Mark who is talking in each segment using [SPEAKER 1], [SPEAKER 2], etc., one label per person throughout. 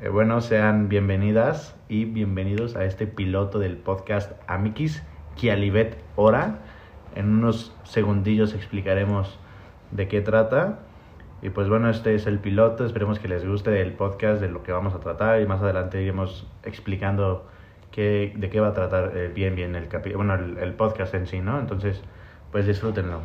[SPEAKER 1] Eh, bueno, sean bienvenidas y bienvenidos a este piloto del podcast Amikis Kialibet Hora. En unos segundillos explicaremos de qué trata. Y pues bueno, este es el piloto. Esperemos que les guste el podcast, de lo que vamos a tratar. Y más adelante iremos explicando qué, de qué va a tratar eh, bien, bien el, capi- bueno, el, el podcast en sí, ¿no? Entonces, pues disfrútenlo.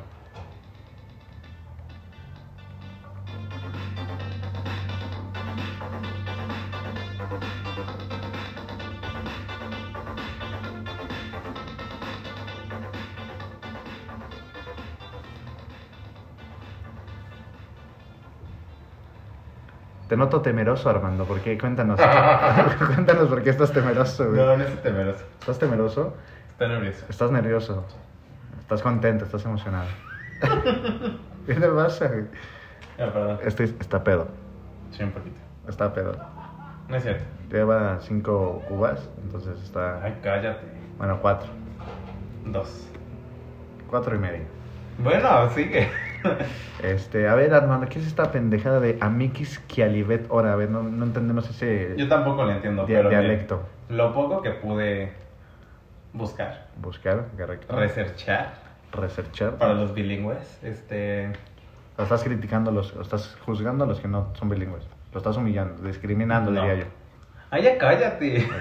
[SPEAKER 1] Te noto temeroso, Armando. ¿Por qué? Cuéntanos. Cuéntanos por qué estás temeroso, güey.
[SPEAKER 2] No, no estoy temeroso.
[SPEAKER 1] ¿Estás temeroso?
[SPEAKER 2] Está nervioso.
[SPEAKER 1] Estás nervioso. Estás contento, estás emocionado. ¿Qué te pasa, güey?
[SPEAKER 2] Ah, perdón.
[SPEAKER 1] Este está pedo.
[SPEAKER 2] Sí, un poquito.
[SPEAKER 1] Está pedo.
[SPEAKER 2] No es cierto.
[SPEAKER 1] Lleva cinco cubas, entonces está.
[SPEAKER 2] Ay, cállate.
[SPEAKER 1] Bueno, cuatro.
[SPEAKER 2] Dos.
[SPEAKER 1] Cuatro y medio.
[SPEAKER 2] Bueno, sigue.
[SPEAKER 1] Este, a ver, Armando, ¿qué es esta pendejada de Amikis Kialibet Hora? A ver, no, no entendemos ese
[SPEAKER 2] Yo tampoco lo entiendo,
[SPEAKER 1] dia-
[SPEAKER 2] pero mira,
[SPEAKER 1] dialecto.
[SPEAKER 2] lo poco que pude buscar,
[SPEAKER 1] Buscar, correcto.
[SPEAKER 2] researchar
[SPEAKER 1] Researchar.
[SPEAKER 2] para los bilingües, este,
[SPEAKER 1] O estás criticando a los, o estás juzgando a los que no son bilingües. Lo estás humillando, discriminando,
[SPEAKER 2] No.
[SPEAKER 1] diría yo.
[SPEAKER 2] ay, ya cállate.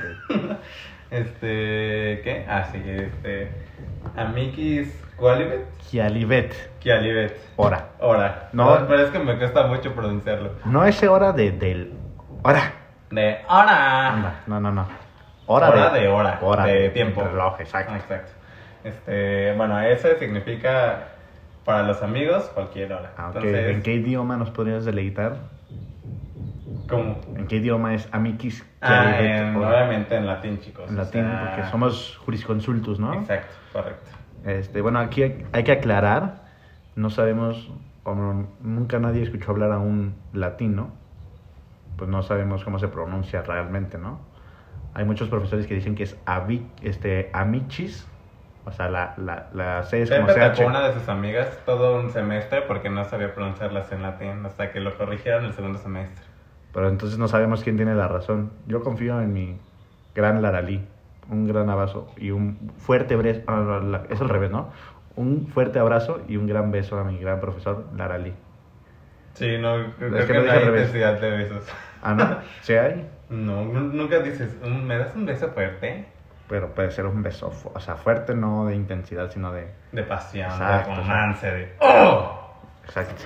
[SPEAKER 2] Este, ¿qué? Ah, sí, este, Amikis Qualibet,
[SPEAKER 1] Kialibet
[SPEAKER 2] Kialibet,
[SPEAKER 1] Hora.
[SPEAKER 2] ahora.
[SPEAKER 1] No.
[SPEAKER 2] Perdón, pero es que me cuesta mucho pronunciarlo.
[SPEAKER 1] No ese hora de del. Hora.
[SPEAKER 2] De ahora.
[SPEAKER 1] Anda, no, no, no.
[SPEAKER 2] Hora,
[SPEAKER 1] Hora,
[SPEAKER 2] de, hora,
[SPEAKER 1] Hora
[SPEAKER 2] de, tiempo.
[SPEAKER 1] Reloj,
[SPEAKER 2] Ah,
[SPEAKER 1] exacto.
[SPEAKER 2] exacto. Este, bueno, ese significa para los amigos cualquier hora.
[SPEAKER 1] Ah, ok.
[SPEAKER 2] Entonces,
[SPEAKER 1] ¿En qué idioma nos podrías deleitar?
[SPEAKER 2] ¿cómo?
[SPEAKER 1] ¿En qué idioma es amikis?
[SPEAKER 2] Ah,
[SPEAKER 1] Kialibet
[SPEAKER 2] en-
[SPEAKER 1] Hora?
[SPEAKER 2] obviamente en latín, chicos.
[SPEAKER 1] En
[SPEAKER 2] o
[SPEAKER 1] latín,
[SPEAKER 2] sea,
[SPEAKER 1] porque somos jurisconsultus, ¿no?
[SPEAKER 2] Exacto, correcto.
[SPEAKER 1] Este, bueno, aquí hay hay que aclarar, no sabemos, o no- nunca nadie escuchó hablar a un latino, pues no sabemos cómo se pronuncia realmente, ¿no? Hay muchos profesores que dicen que es avi- este, amichis, o sea, la, la, la C es como
[SPEAKER 2] Pepe
[SPEAKER 1] CH.
[SPEAKER 2] tocó una de sus amigas todo un semestre porque no sabía pronunciarlas en latín hasta que lo corrigieron el segundo semestre.
[SPEAKER 1] Pero entonces no sabemos quién tiene la razón. Yo confío en mi gran Laralí, un gran abrazo y un fuerte beso. Es al revés, ¿no? Un fuerte abrazo y un gran beso a mi gran profesor Laralí.
[SPEAKER 2] Sí, no, creo
[SPEAKER 1] Es que
[SPEAKER 2] que,
[SPEAKER 1] lo
[SPEAKER 2] no
[SPEAKER 1] dije al
[SPEAKER 2] hay
[SPEAKER 1] revés.
[SPEAKER 2] intensidad de besos.
[SPEAKER 1] Ah, ¿no? Sí hay,
[SPEAKER 2] No, nu- nunca dices, "Mm, ¿me das un beso fuerte?
[SPEAKER 1] pero puede ser un beso, fu- o sea, fuerte, no de intensidad, sino de...
[SPEAKER 2] De pasión,
[SPEAKER 1] Exacto,
[SPEAKER 2] de romance, de... ¡Oh!
[SPEAKER 1] Exacto.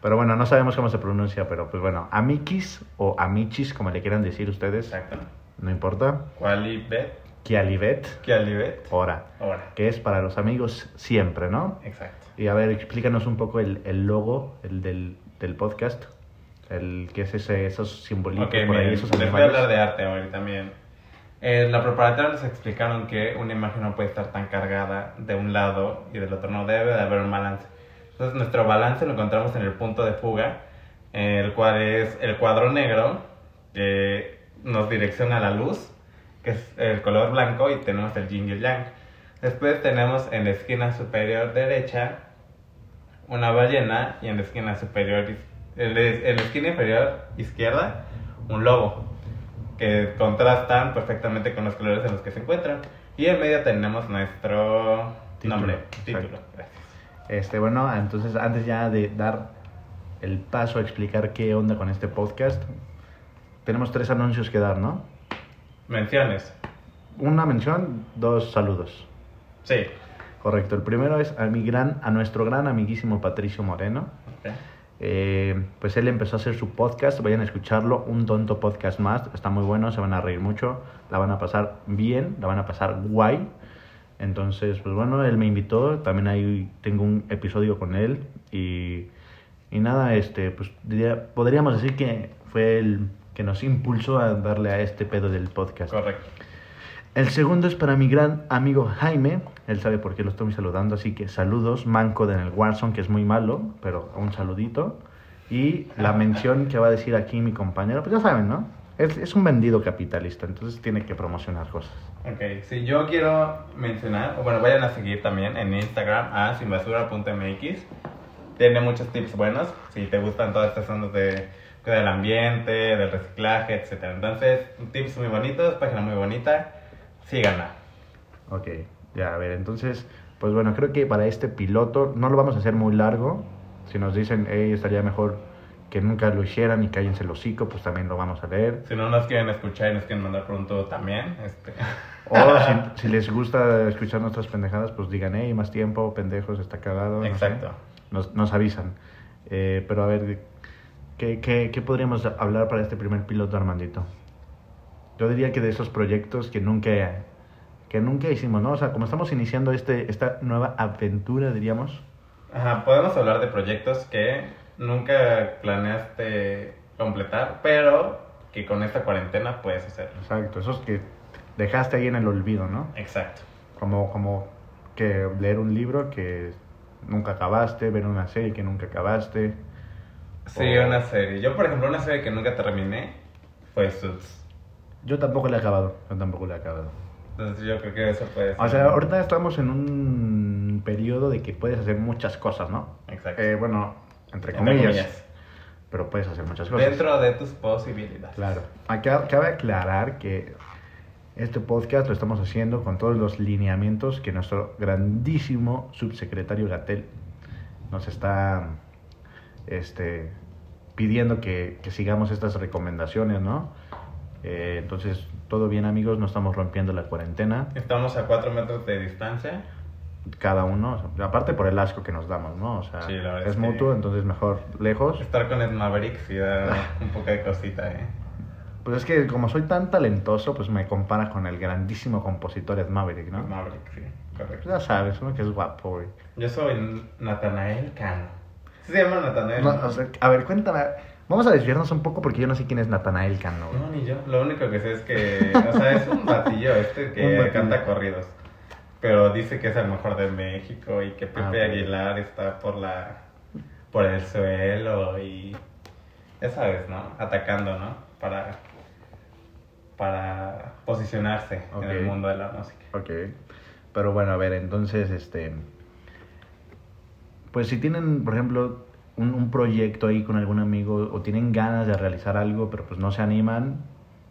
[SPEAKER 1] Pero bueno, no sabemos cómo se pronuncia, pero pues bueno, amikis o amichis, como le quieran decir ustedes,
[SPEAKER 2] Exacto.
[SPEAKER 1] no importa.
[SPEAKER 2] Qualibet,
[SPEAKER 1] Kialibet,
[SPEAKER 2] Qualibet,
[SPEAKER 1] hora,
[SPEAKER 2] ahora.
[SPEAKER 1] que es para los amigos siempre, ¿no?
[SPEAKER 2] Exacto.
[SPEAKER 1] Y a ver, explícanos un poco el, el logo, el del, del podcast, el que es ese, esos simbolitos
[SPEAKER 2] Ok,
[SPEAKER 1] pues por ahí,
[SPEAKER 2] miren,
[SPEAKER 1] esos
[SPEAKER 2] les voy a hablar
[SPEAKER 1] animales.
[SPEAKER 2] de arte ahorita también. En la preparatoria nos explicaron que una imagen no puede estar tan cargada de un lado y del otro, no debe de haber un balance. Entonces nuestro balance lo encontramos en el punto de fuga, el cual es el cuadro negro, que nos direcciona la luz, que es el color blanco, y tenemos el yin y el yang. Después tenemos en la esquina superior derecha una ballena y en la esquina superior, iz- en la en la esquina inferior izquierda, un lobo, que contrastan perfectamente con los colores en los que se encuentran. Y en medio tenemos nuestro
[SPEAKER 1] Título,
[SPEAKER 2] nombre,
[SPEAKER 1] exacto.
[SPEAKER 2] título. Gracias.
[SPEAKER 1] Este, bueno, entonces antes ya de dar el paso a explicar qué onda con este podcast, tenemos tres anuncios que dar, ¿no?
[SPEAKER 2] Menciones.
[SPEAKER 1] Una mención, dos saludos.
[SPEAKER 2] Sí.
[SPEAKER 1] Correcto, el primero es a mi gran, a nuestro gran amiguísimo Patricio Moreno.
[SPEAKER 2] Ok.
[SPEAKER 1] Eh, pues él empezó a hacer su podcast, vayan a escucharlo, un tonto podcast más, está muy bueno, se van a reír mucho, la van a pasar bien, la van a pasar guay. Entonces, pues bueno, él me invitó, también ahí tengo un episodio con él y, y nada, este, pues diría- podríamos decir que fue el que nos impulsó a darle a este pedo del podcast.
[SPEAKER 2] Correcto.
[SPEAKER 1] El segundo es para mi gran amigo Jaime. Él sabe por qué lo estoy saludando, así que saludos, manco de en el Warzone, que es muy malo, pero un saludito. Y la mención que va a decir aquí mi compañero, pues ya saben, ¿no? Es, es un vendido capitalista, entonces tiene que promocionar cosas.
[SPEAKER 2] Ok, sí, yo quiero mencionar, o bueno, vayan a seguir también en Instagram a sinbasura.mx. Tiene muchos tips buenos, si te gustan todas estas ondas de cuida del ambiente, del reciclaje, etc. Entonces, tips muy bonitos, página muy bonita, síganla.
[SPEAKER 1] Ok, ya, a ver, entonces, pues bueno, creo que para este piloto no lo vamos a hacer muy largo. Si nos dicen, hey, estaría mejor que nunca lo hicieran y cállense el hocico, pues también lo vamos a leer.
[SPEAKER 2] Si no nos quieren escuchar y nos quieren mandar pronto también, este...
[SPEAKER 1] O si, si les gusta escuchar nuestras pendejadas, pues digan, hey, más tiempo, pendejos, está cagado. no sé.
[SPEAKER 2] Exacto.
[SPEAKER 1] Nos, nos avisan. Eh, pero a ver, ¿qué, qué, qué podríamos hablar para este primer piloto, Armandito? Yo diría que de esos proyectos que nunca, que nunca hicimos, ¿no? O sea, como estamos iniciando este, esta nueva aventura, diríamos.
[SPEAKER 2] Ajá, podemos hablar de proyectos que nunca planeaste completar, pero que con esta cuarentena puedes hacerlo.
[SPEAKER 1] Exacto, esos que dejaste ahí en el olvido, ¿no?
[SPEAKER 2] Exacto.
[SPEAKER 1] Como, como que leer un libro que nunca acabaste, ver una serie que nunca acabaste.
[SPEAKER 2] Sí, una serie. Yo, por ejemplo, una serie que nunca terminé fue Suits.
[SPEAKER 1] Yo tampoco la he acabado, yo tampoco la he acabado.
[SPEAKER 2] Entonces yo creo que eso puede ser.
[SPEAKER 1] O sea, ahorita estamos en un periodo de que puedes hacer muchas cosas, ¿no?
[SPEAKER 2] Exacto.
[SPEAKER 1] Eh, bueno, entre
[SPEAKER 2] Entre
[SPEAKER 1] comillas,
[SPEAKER 2] comillas.
[SPEAKER 1] pero puedes hacer muchas cosas.
[SPEAKER 2] Dentro de tus posibilidades.
[SPEAKER 1] Claro. Acá cabe aclarar que este podcast lo estamos haciendo con todos los lineamientos que nuestro grandísimo subsecretario Gatel nos está este, pidiendo que, que sigamos estas recomendaciones, ¿no? Eh, entonces, todo bien amigos, no estamos rompiendo la cuarentena,
[SPEAKER 2] Estamos a 4 metros de distancia.
[SPEAKER 1] cada uno, o sea, aparte por el asco que nos damos, ¿no? O sea,
[SPEAKER 2] Sí, la verdad
[SPEAKER 1] es,
[SPEAKER 2] es que-
[SPEAKER 1] mutuo, entonces mejor lejos.
[SPEAKER 2] Estar con el Maverick sí da un poco de cosita, ¿eh?
[SPEAKER 1] Pues es que como soy tan talentoso, pues me compara con el grandísimo compositor Ed Maverick, ¿no? Pues
[SPEAKER 2] Maverick, sí, correcto.
[SPEAKER 1] Ya sabes, uno que es guapo, güey.
[SPEAKER 2] Yo soy Natanael Cano. ¿Sí se llama Natanael?
[SPEAKER 1] No, o sea, a ver, cuéntame. Vamos a desviarnos un poco porque yo no sé quién es Natanael Cano. güey.
[SPEAKER 2] No, ni yo. Lo único que sé es que, o sea, es un batillo este
[SPEAKER 1] Un
[SPEAKER 2] que
[SPEAKER 1] batillo.
[SPEAKER 2] canta corridos. Pero dice que es el mejor de México y que Pepe
[SPEAKER 1] Ah, ok.
[SPEAKER 2] Aguilar está por la por el suelo y ya sabes, ¿no? Atacando, ¿no? Para para posicionarse en el
[SPEAKER 1] Ok.
[SPEAKER 2] mundo de la música.
[SPEAKER 1] Ok. Pero bueno, a ver, entonces, este. Pues si tienen, por ejemplo, un, un proyecto ahí con algún amigo o tienen ganas de realizar algo, pero pues no se animan,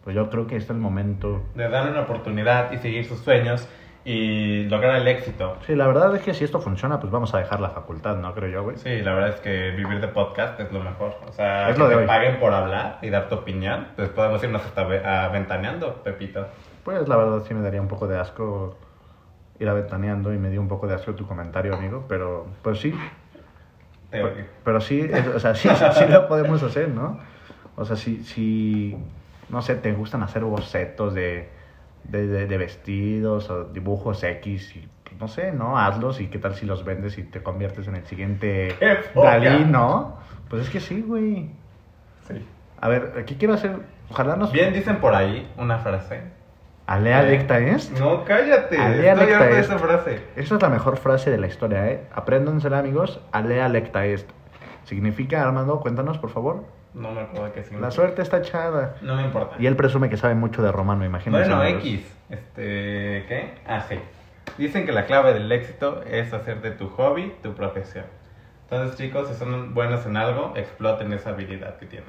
[SPEAKER 1] pues yo creo que este es el momento.
[SPEAKER 2] De darle una oportunidad y seguir sus sueños y lograr el éxito.
[SPEAKER 1] Sí, la verdad es que si esto funciona, pues vamos a dejar la facultad, ¿no? Creo yo, güey.
[SPEAKER 2] Sí, la verdad es que vivir de podcast es lo mejor. O sea,
[SPEAKER 1] Es
[SPEAKER 2] que
[SPEAKER 1] lo de
[SPEAKER 2] te
[SPEAKER 1] hoy.
[SPEAKER 2] paguen por hablar y dar tu opinión. Entonces podemos irnos hasta ve- a ventaneando, Pepito.
[SPEAKER 1] Pues la verdad sí me daría un poco de asco ir aventaneando y me dio un poco de asco tu comentario, amigo, pero pues sí,
[SPEAKER 2] Te
[SPEAKER 1] Pe-
[SPEAKER 2] odio.
[SPEAKER 1] Pero, sí, es- o sea, sí, sí, sí lo podemos hacer, ¿no? O sea, si, si no sé, te gustan hacer bocetos de, de, de- de vestidos o dibujos X, y, pues, no sé, ¿no? Hazlos y qué tal si los vendes y te conviertes en el siguiente
[SPEAKER 2] ¡Qué poca!
[SPEAKER 1] Dalí, ¿no? Pues es que sí, güey.
[SPEAKER 2] Sí.
[SPEAKER 1] A ver, aquí quiero hacer, ojalá nos...
[SPEAKER 2] Bien dicen por ahí una frase.
[SPEAKER 1] Alea lecta es.
[SPEAKER 2] Eh, No, cállate.
[SPEAKER 1] Alea
[SPEAKER 2] Estoy
[SPEAKER 1] lecta
[SPEAKER 2] harto de
[SPEAKER 1] est.
[SPEAKER 2] esa frase.
[SPEAKER 1] Esa es la mejor frase de la historia, ¿eh? Apréndansela, amigos. Alea lecta est. Significa, Armando, cuéntanos, por favor.
[SPEAKER 2] No me acuerdo qué significa.
[SPEAKER 1] La suerte está echada.
[SPEAKER 2] No me importa.
[SPEAKER 1] Y él presume que sabe mucho de romano, imagínate.
[SPEAKER 2] Bueno,
[SPEAKER 1] amigos.
[SPEAKER 2] X. Este, ¿qué? Ah, sí. Dicen que la clave del éxito es hacer de tu hobby tu profesión. Entonces, chicos, si son buenos en algo, exploten esa habilidad que tienen.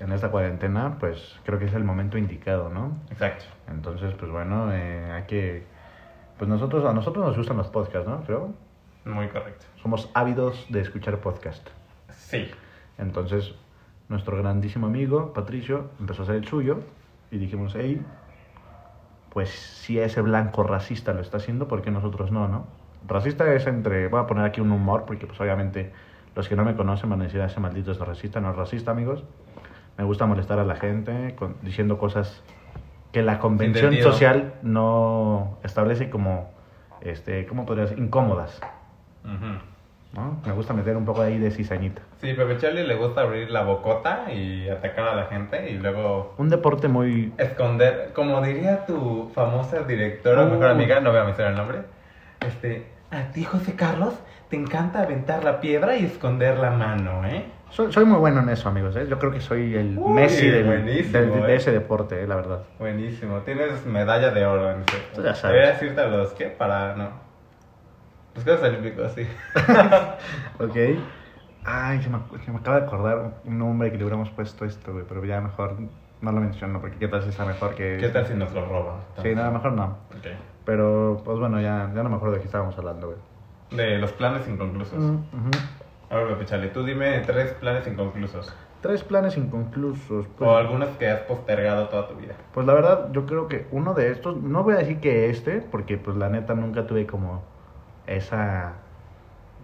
[SPEAKER 1] En esta cuarentena, pues creo que es el momento indicado, ¿no?
[SPEAKER 2] Exacto.
[SPEAKER 1] Entonces, pues bueno, eh, hay que... Pues nosotros, a nosotros nos gustan los podcasts, ¿no? Creo.
[SPEAKER 2] Muy correcto.
[SPEAKER 1] Somos ávidos de escuchar podcast.
[SPEAKER 2] Sí.
[SPEAKER 1] Entonces, nuestro grandísimo amigo, Patricio, empezó a hacer el suyo y dijimos, hey, pues si ese blanco racista lo está haciendo, ¿por qué nosotros no, no? Racista es entre, voy a poner aquí un humor, porque pues obviamente los que no me conocen van a decir, "Ah, ese maldito es racista, no es racista, amigos. Me gusta molestar a la gente con- diciendo cosas que la convención
[SPEAKER 2] Entendido.
[SPEAKER 1] social no establece como, este, ¿cómo podría ser? Incómodas,
[SPEAKER 2] Ujú.
[SPEAKER 1] ¿no? Me gusta meter un poco ahí de cizañita.
[SPEAKER 2] Sí, Pepe Charlie le gusta abrir la bocota y atacar a la gente y luego
[SPEAKER 1] Un deporte muy,
[SPEAKER 2] esconder, como diría tu famosa directora,
[SPEAKER 1] Uh.
[SPEAKER 2] mejor amiga, no voy a mencionar el nombre, este, a ti José Carlos te encanta aventar la piedra y esconder la mano, ¿eh?
[SPEAKER 1] Soy, soy muy bueno en eso, amigos. ¿eh? Yo creo que soy el
[SPEAKER 2] Uy,
[SPEAKER 1] Messi del-
[SPEAKER 2] buenísimo,
[SPEAKER 1] del- de
[SPEAKER 2] eh.
[SPEAKER 1] ese deporte, eh, la verdad.
[SPEAKER 2] Buenísimo, tienes medalla de oro en ese.
[SPEAKER 1] Tú ya sabes.
[SPEAKER 2] Deberías irte a los, ¿qué? Para, no. Los Juegos Olímpicos, sí.
[SPEAKER 1] Ok. Ay, se me, acu- se me acaba de acordar un nombre que le hubiéramos puesto esto, güey, pero ya mejor no lo menciono, porque qué tal si está mejor que...
[SPEAKER 2] ¿Qué tal si nos lo roban?
[SPEAKER 1] Sí, nada, mejor no.
[SPEAKER 2] Ok.
[SPEAKER 1] Pero, pues bueno, ya, ya no me acuerdo de qué estábamos hablando, güey.
[SPEAKER 2] De los planes inconclusos.
[SPEAKER 1] Ujú.
[SPEAKER 2] A ver, Pichale, tú dime tres planes inconclusos.
[SPEAKER 1] Tres planes inconclusos. Pues,
[SPEAKER 2] O algunos que has postergado toda tu vida.
[SPEAKER 1] pues la verdad, yo creo que uno de estos, no voy a decir que este, porque pues la neta nunca tuve como esa...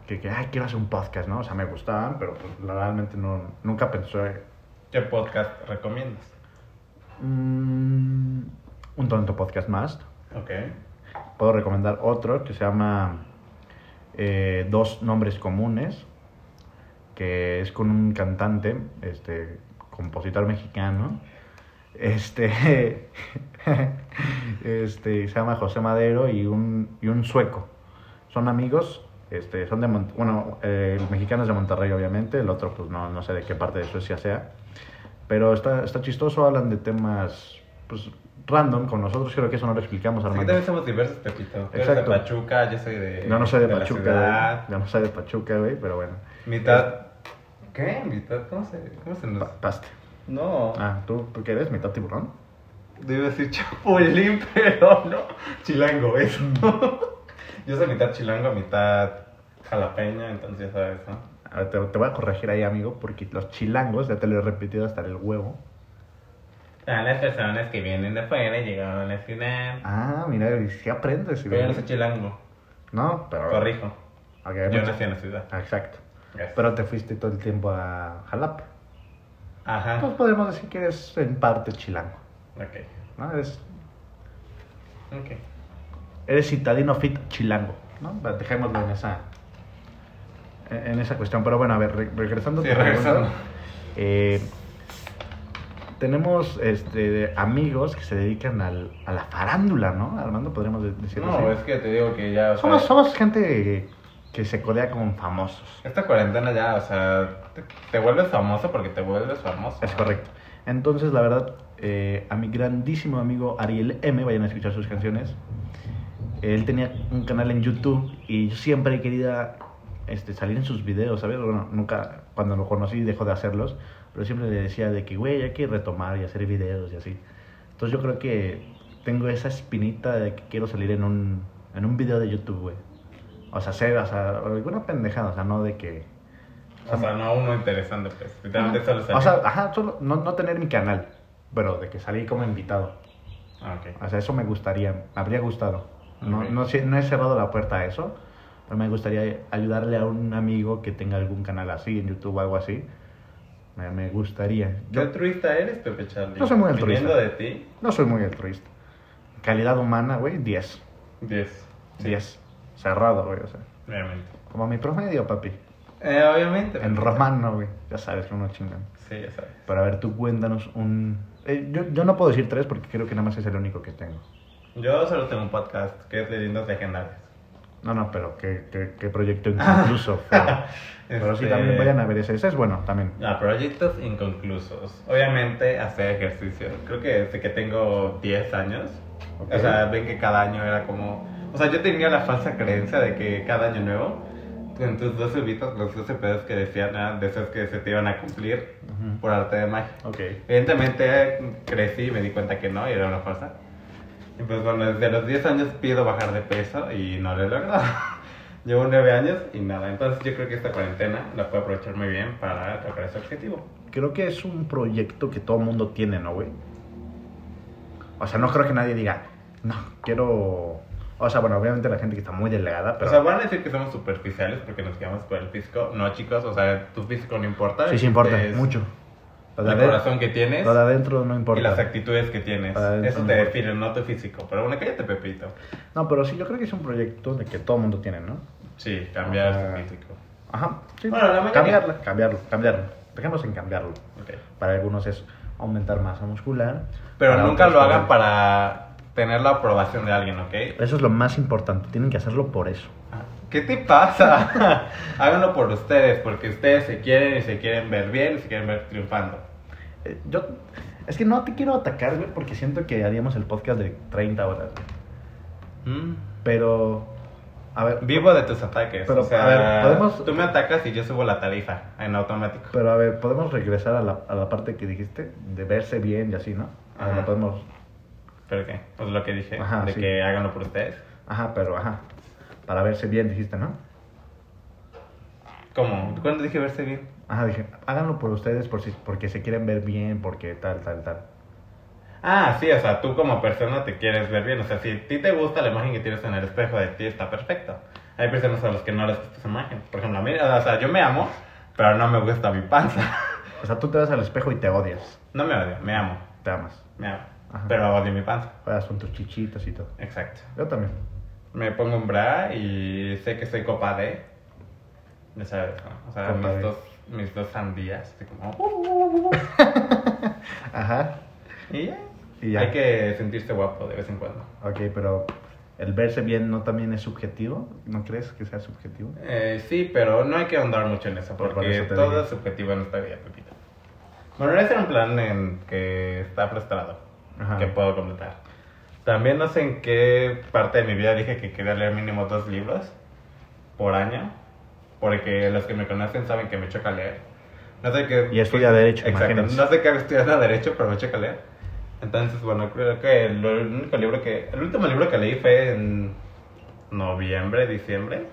[SPEAKER 1] Que, que, ay, quiero hacer un podcast, ¿no? O sea, me gustaban, pero pues realmente no, nunca pensé...
[SPEAKER 2] ¿Qué podcast recomiendas?
[SPEAKER 1] mm, un tonto podcast más.
[SPEAKER 2] Ok.
[SPEAKER 1] Puedo recomendar otro que se llama eh, Dos Nombres Comunes, que es con un cantante, este, compositor mexicano, este, este, se llama José Madero y un, y un sueco. Son amigos, este, son de, Mon- bueno, eh, el mexicano es de Monterrey obviamente, el otro pues no, no sé de qué parte de Suecia sea, pero está, está chistoso, hablan de temas, pues, random con nosotros, creo que eso no lo explicamos,
[SPEAKER 2] Así que
[SPEAKER 1] Armando.
[SPEAKER 2] también somos diversos, Pepito. Tú eres de
[SPEAKER 1] Exacto.
[SPEAKER 2] Pachuca, yo soy de.
[SPEAKER 1] Yo no soy de,
[SPEAKER 2] la
[SPEAKER 1] Pachuca,
[SPEAKER 2] ciudad.
[SPEAKER 1] güey. Yo no soy de Pachuca, güey, pero bueno.
[SPEAKER 2] Mitad. ¿Qué? ¿Mitad? ¿Cómo se, cómo se nos.?
[SPEAKER 1] Pa- paste.
[SPEAKER 2] No.
[SPEAKER 1] Ah, ¿tú, ¿tú qué eres? ¿Mitad tiburón?
[SPEAKER 2] Debe decir chapulín, pero no. Chilango, eso. Yo soy mitad chilango, mitad jalapeña, entonces ya sabes, ¿no?
[SPEAKER 1] A ver, te, te voy a corregir ahí, amigo, porque los chilangos, ya te lo he repetido hasta el huevo.
[SPEAKER 2] A las personas que vienen de afuera y llegaron a la ciudad.
[SPEAKER 1] Ah, mira, y sí aprendes.
[SPEAKER 2] Pero yo no soy
[SPEAKER 1] güey.
[SPEAKER 2] chilango,
[SPEAKER 1] No, pero...
[SPEAKER 2] corrijo.
[SPEAKER 1] Ok,
[SPEAKER 2] Yo
[SPEAKER 1] mucho-
[SPEAKER 2] nací en la ciudad.
[SPEAKER 1] Ah, Exacto.
[SPEAKER 2] Gracias.
[SPEAKER 1] Pero te fuiste todo el tiempo a Jalapa. Pues
[SPEAKER 2] Ajá.
[SPEAKER 1] podemos decir que eres en parte chilango,
[SPEAKER 2] Ok.
[SPEAKER 1] ¿no? Eres,
[SPEAKER 2] Ok.
[SPEAKER 1] eres citadino fit chilango, ¿no? Dejémoslo en esa... En en esa cuestión, pero bueno, a ver, re- regresando a
[SPEAKER 2] Sí,
[SPEAKER 1] tu pregunta,
[SPEAKER 2] regresando.
[SPEAKER 1] Eh, tenemos este, amigos que se dedican al, a la farándula, ¿no? Armando, podríamos de- decirlo
[SPEAKER 2] No,
[SPEAKER 1] así.
[SPEAKER 2] es que te digo que ya, o sea,
[SPEAKER 1] somos, somos gente que se codea con famosos.
[SPEAKER 2] esta cuarentena ya, o sea, te, te vuelves famoso porque te vuelves famoso.
[SPEAKER 1] Es correcto. Entonces, la verdad, eh, a mi grandísimo amigo Ariel M, vayan a escuchar sus canciones. Él tenía un canal en YouTube y yo siempre he querido este, salir en sus videos, ¿sabes? Bueno, nunca, cuando lo conocí, dejó de hacerlos, pero siempre le decía de que, güey, hay que retomar y hacer videos y así. Entonces, yo creo que tengo esa espinita de que quiero salir en un, en un video de YouTube, güey. O sea, hacer, o sea, alguna pendejada, o sea, no de que.
[SPEAKER 2] O sea, no uno interesante, pues. Literalmente solo
[SPEAKER 1] O
[SPEAKER 2] salió.
[SPEAKER 1] sea, ajá, solo no, no tener mi canal, pero de que salí como invitado.
[SPEAKER 2] Ah, ok.
[SPEAKER 1] O sea, eso me gustaría, me habría gustado. No,
[SPEAKER 2] Ok.
[SPEAKER 1] no, sé- no he cerrado la puerta a eso, pero me gustaría ayudarle a un amigo que tenga algún canal así, en YouTube o algo así. Me, me gustaría.
[SPEAKER 2] ¿Qué
[SPEAKER 1] Yo
[SPEAKER 2] altruista eres, Pepe Charlie?
[SPEAKER 1] Yo soy muy altruista.
[SPEAKER 2] Viniendo de ti,
[SPEAKER 1] no soy muy altruista. Calidad humana, güey, 10.
[SPEAKER 2] 10.
[SPEAKER 1] 10. Cerrado, güey, o sea.
[SPEAKER 2] Obviamente.
[SPEAKER 1] Como mi promedio, papi.
[SPEAKER 2] Eh, obviamente.
[SPEAKER 1] En
[SPEAKER 2] Pepe.
[SPEAKER 1] romano, güey. Ya sabes, uno chingón.
[SPEAKER 2] Sí, ya sabes.
[SPEAKER 1] Pero a ver, tú cuéntanos un... eh, yo, yo no puedo decir tres porque creo que nada más es el único que tengo.
[SPEAKER 2] Yo solo tengo un podcast que es Leyendas Legendarias.
[SPEAKER 1] No, no, pero qué, qué, qué proyecto inconcluso. Pero, pero sí,
[SPEAKER 2] Este,
[SPEAKER 1] también vayan a ver ese. Ese es bueno, también.
[SPEAKER 2] Ah, proyectos inconclusos. Obviamente, hacer ejercicio. Creo que desde que tengo 10 años.
[SPEAKER 1] Ok.
[SPEAKER 2] O sea, ven que cada año era como. O sea, yo tenía la falsa creencia de que cada año nuevo, con tus 12 ubitos, los 12 pedos que decían, eran deseos que se te iban a cumplir por arte de magia.
[SPEAKER 1] Ok.
[SPEAKER 2] Evidentemente crecí y me di cuenta que no, y era una farsa. Y pues bueno, desde los 10 años pido bajar de peso y no lo he logrado. Llevo 9 años y nada. Entonces yo creo que esta cuarentena la puedo aprovechar muy bien para lograr ese objetivo.
[SPEAKER 1] Creo que es un proyecto que todo mundo tiene, ¿no, güey? O sea, no creo que nadie diga, no, quiero... O sea, bueno, obviamente la gente que está muy delgada, pero...
[SPEAKER 2] O sea, van a decir que somos superficiales porque nos quedamos por el físico. No, chicos, o sea, tu físico no importa.
[SPEAKER 1] sí, sí importa,
[SPEAKER 2] es
[SPEAKER 1] mucho. Lo
[SPEAKER 2] El
[SPEAKER 1] de, aden-
[SPEAKER 2] corazón que tienes
[SPEAKER 1] lo de adentro no importa.
[SPEAKER 2] y las actitudes que tienes.
[SPEAKER 1] Para adentro
[SPEAKER 2] Eso
[SPEAKER 1] no
[SPEAKER 2] te
[SPEAKER 1] importa.
[SPEAKER 2] define, no tu físico. Pero bueno, cállate, Pepito.
[SPEAKER 1] No, pero sí, yo creo que es un proyecto de que todo mundo tiene, ¿no?
[SPEAKER 2] Sí, cambiar
[SPEAKER 1] Ah.
[SPEAKER 2] tu físico.
[SPEAKER 1] Ajá. Sí.
[SPEAKER 2] Bueno, la mayoría.
[SPEAKER 1] cambiarlo, cambiarlo, cambiarlo. Dejemos en cambiarlo.
[SPEAKER 2] Ok.
[SPEAKER 1] Para algunos es aumentar masa muscular.
[SPEAKER 2] Pero
[SPEAKER 1] para
[SPEAKER 2] nunca
[SPEAKER 1] otros
[SPEAKER 2] lo hagan
[SPEAKER 1] poner-
[SPEAKER 2] para tener la aprobación de alguien, ¿ok?
[SPEAKER 1] Eso es lo más importante, tienen que hacerlo por eso.
[SPEAKER 2] ¿Qué te pasa? Háganlo por ustedes, porque ustedes se quieren y se quieren ver bien y se quieren ver triunfando.
[SPEAKER 1] Eh, yo, es que no te quiero atacar, güey, porque siento que haríamos el podcast de 30 horas, güey.
[SPEAKER 2] Mm,
[SPEAKER 1] Pero A ver,
[SPEAKER 2] Vivo de tus ataques.
[SPEAKER 1] Pero,
[SPEAKER 2] o sea,
[SPEAKER 1] a ver, ¿podemos-
[SPEAKER 2] Tú me atacas y yo subo la tarifa en automático.
[SPEAKER 1] pero a ver, podemos regresar a la, a la parte que dijiste de verse bien y así, ¿no? A ver,
[SPEAKER 2] Ajá.
[SPEAKER 1] podemos.
[SPEAKER 2] ¿Pero qué? Pues lo que dije,
[SPEAKER 1] Ajá,
[SPEAKER 2] de
[SPEAKER 1] sí.
[SPEAKER 2] que háganlo por ustedes.
[SPEAKER 1] Ajá, pero ajá. Para verse bien dijiste, ¿no?
[SPEAKER 2] ¿Cómo? ¿Cuándo dije verse bien?
[SPEAKER 1] Ajá, dije, háganlo por ustedes por si, porque se quieren ver bien, porque tal, tal, tal.
[SPEAKER 2] Ah, sí, o sea, tú como persona te quieres ver bien. O sea, si a ti te gusta la imagen que tienes en el espejo de ti, está perfecto. Hay personas a las que no les gusta esa imagen. Por ejemplo, a mí, o sea, yo me amo, pero no me gusta mi panza.
[SPEAKER 1] O sea, tú te vas al espejo y te odias,
[SPEAKER 2] No me odio, me amo,
[SPEAKER 1] te amas.
[SPEAKER 2] me amo.
[SPEAKER 1] Ajá.
[SPEAKER 2] Pero odio mi panza.
[SPEAKER 1] Juegas con tus chichitos y todo.
[SPEAKER 2] Exacto.
[SPEAKER 1] Yo también.
[SPEAKER 2] Me pongo un bra y sé que soy copa de. Ya sabes, ¿no? O sea,
[SPEAKER 1] Copa
[SPEAKER 2] mis
[SPEAKER 1] de.
[SPEAKER 2] dos, mis dos sandías. Así como. "Uh",
[SPEAKER 1] Ajá.
[SPEAKER 2] Y ya.
[SPEAKER 1] Y ya.
[SPEAKER 2] Hay que sentirse guapo de vez en cuando.
[SPEAKER 1] Ok, pero el verse bien no también es subjetivo, ¿no crees que sea subjetivo?
[SPEAKER 2] Eh, sí, pero no hay que ahondar mucho en eso,
[SPEAKER 1] Por
[SPEAKER 2] porque
[SPEAKER 1] eso te
[SPEAKER 2] todo
[SPEAKER 1] digo.
[SPEAKER 2] es subjetivo en esta vida, Pepito. Bueno, ese era un plan en que está frustrado,
[SPEAKER 1] Ajá.
[SPEAKER 2] que puedo completar. También no sé en qué parte de mi vida dije que quería leer mínimo dos libros por año, porque los que me conocen saben que me choca leer. No sé qué...
[SPEAKER 1] Y estudia Derecho,
[SPEAKER 2] Exacto,
[SPEAKER 1] imagínense.
[SPEAKER 2] no sé qué estudiado Derecho, pero me choca leer. Entonces, bueno, creo que el único libro que... El último libro que leí fue en noviembre, diciembre.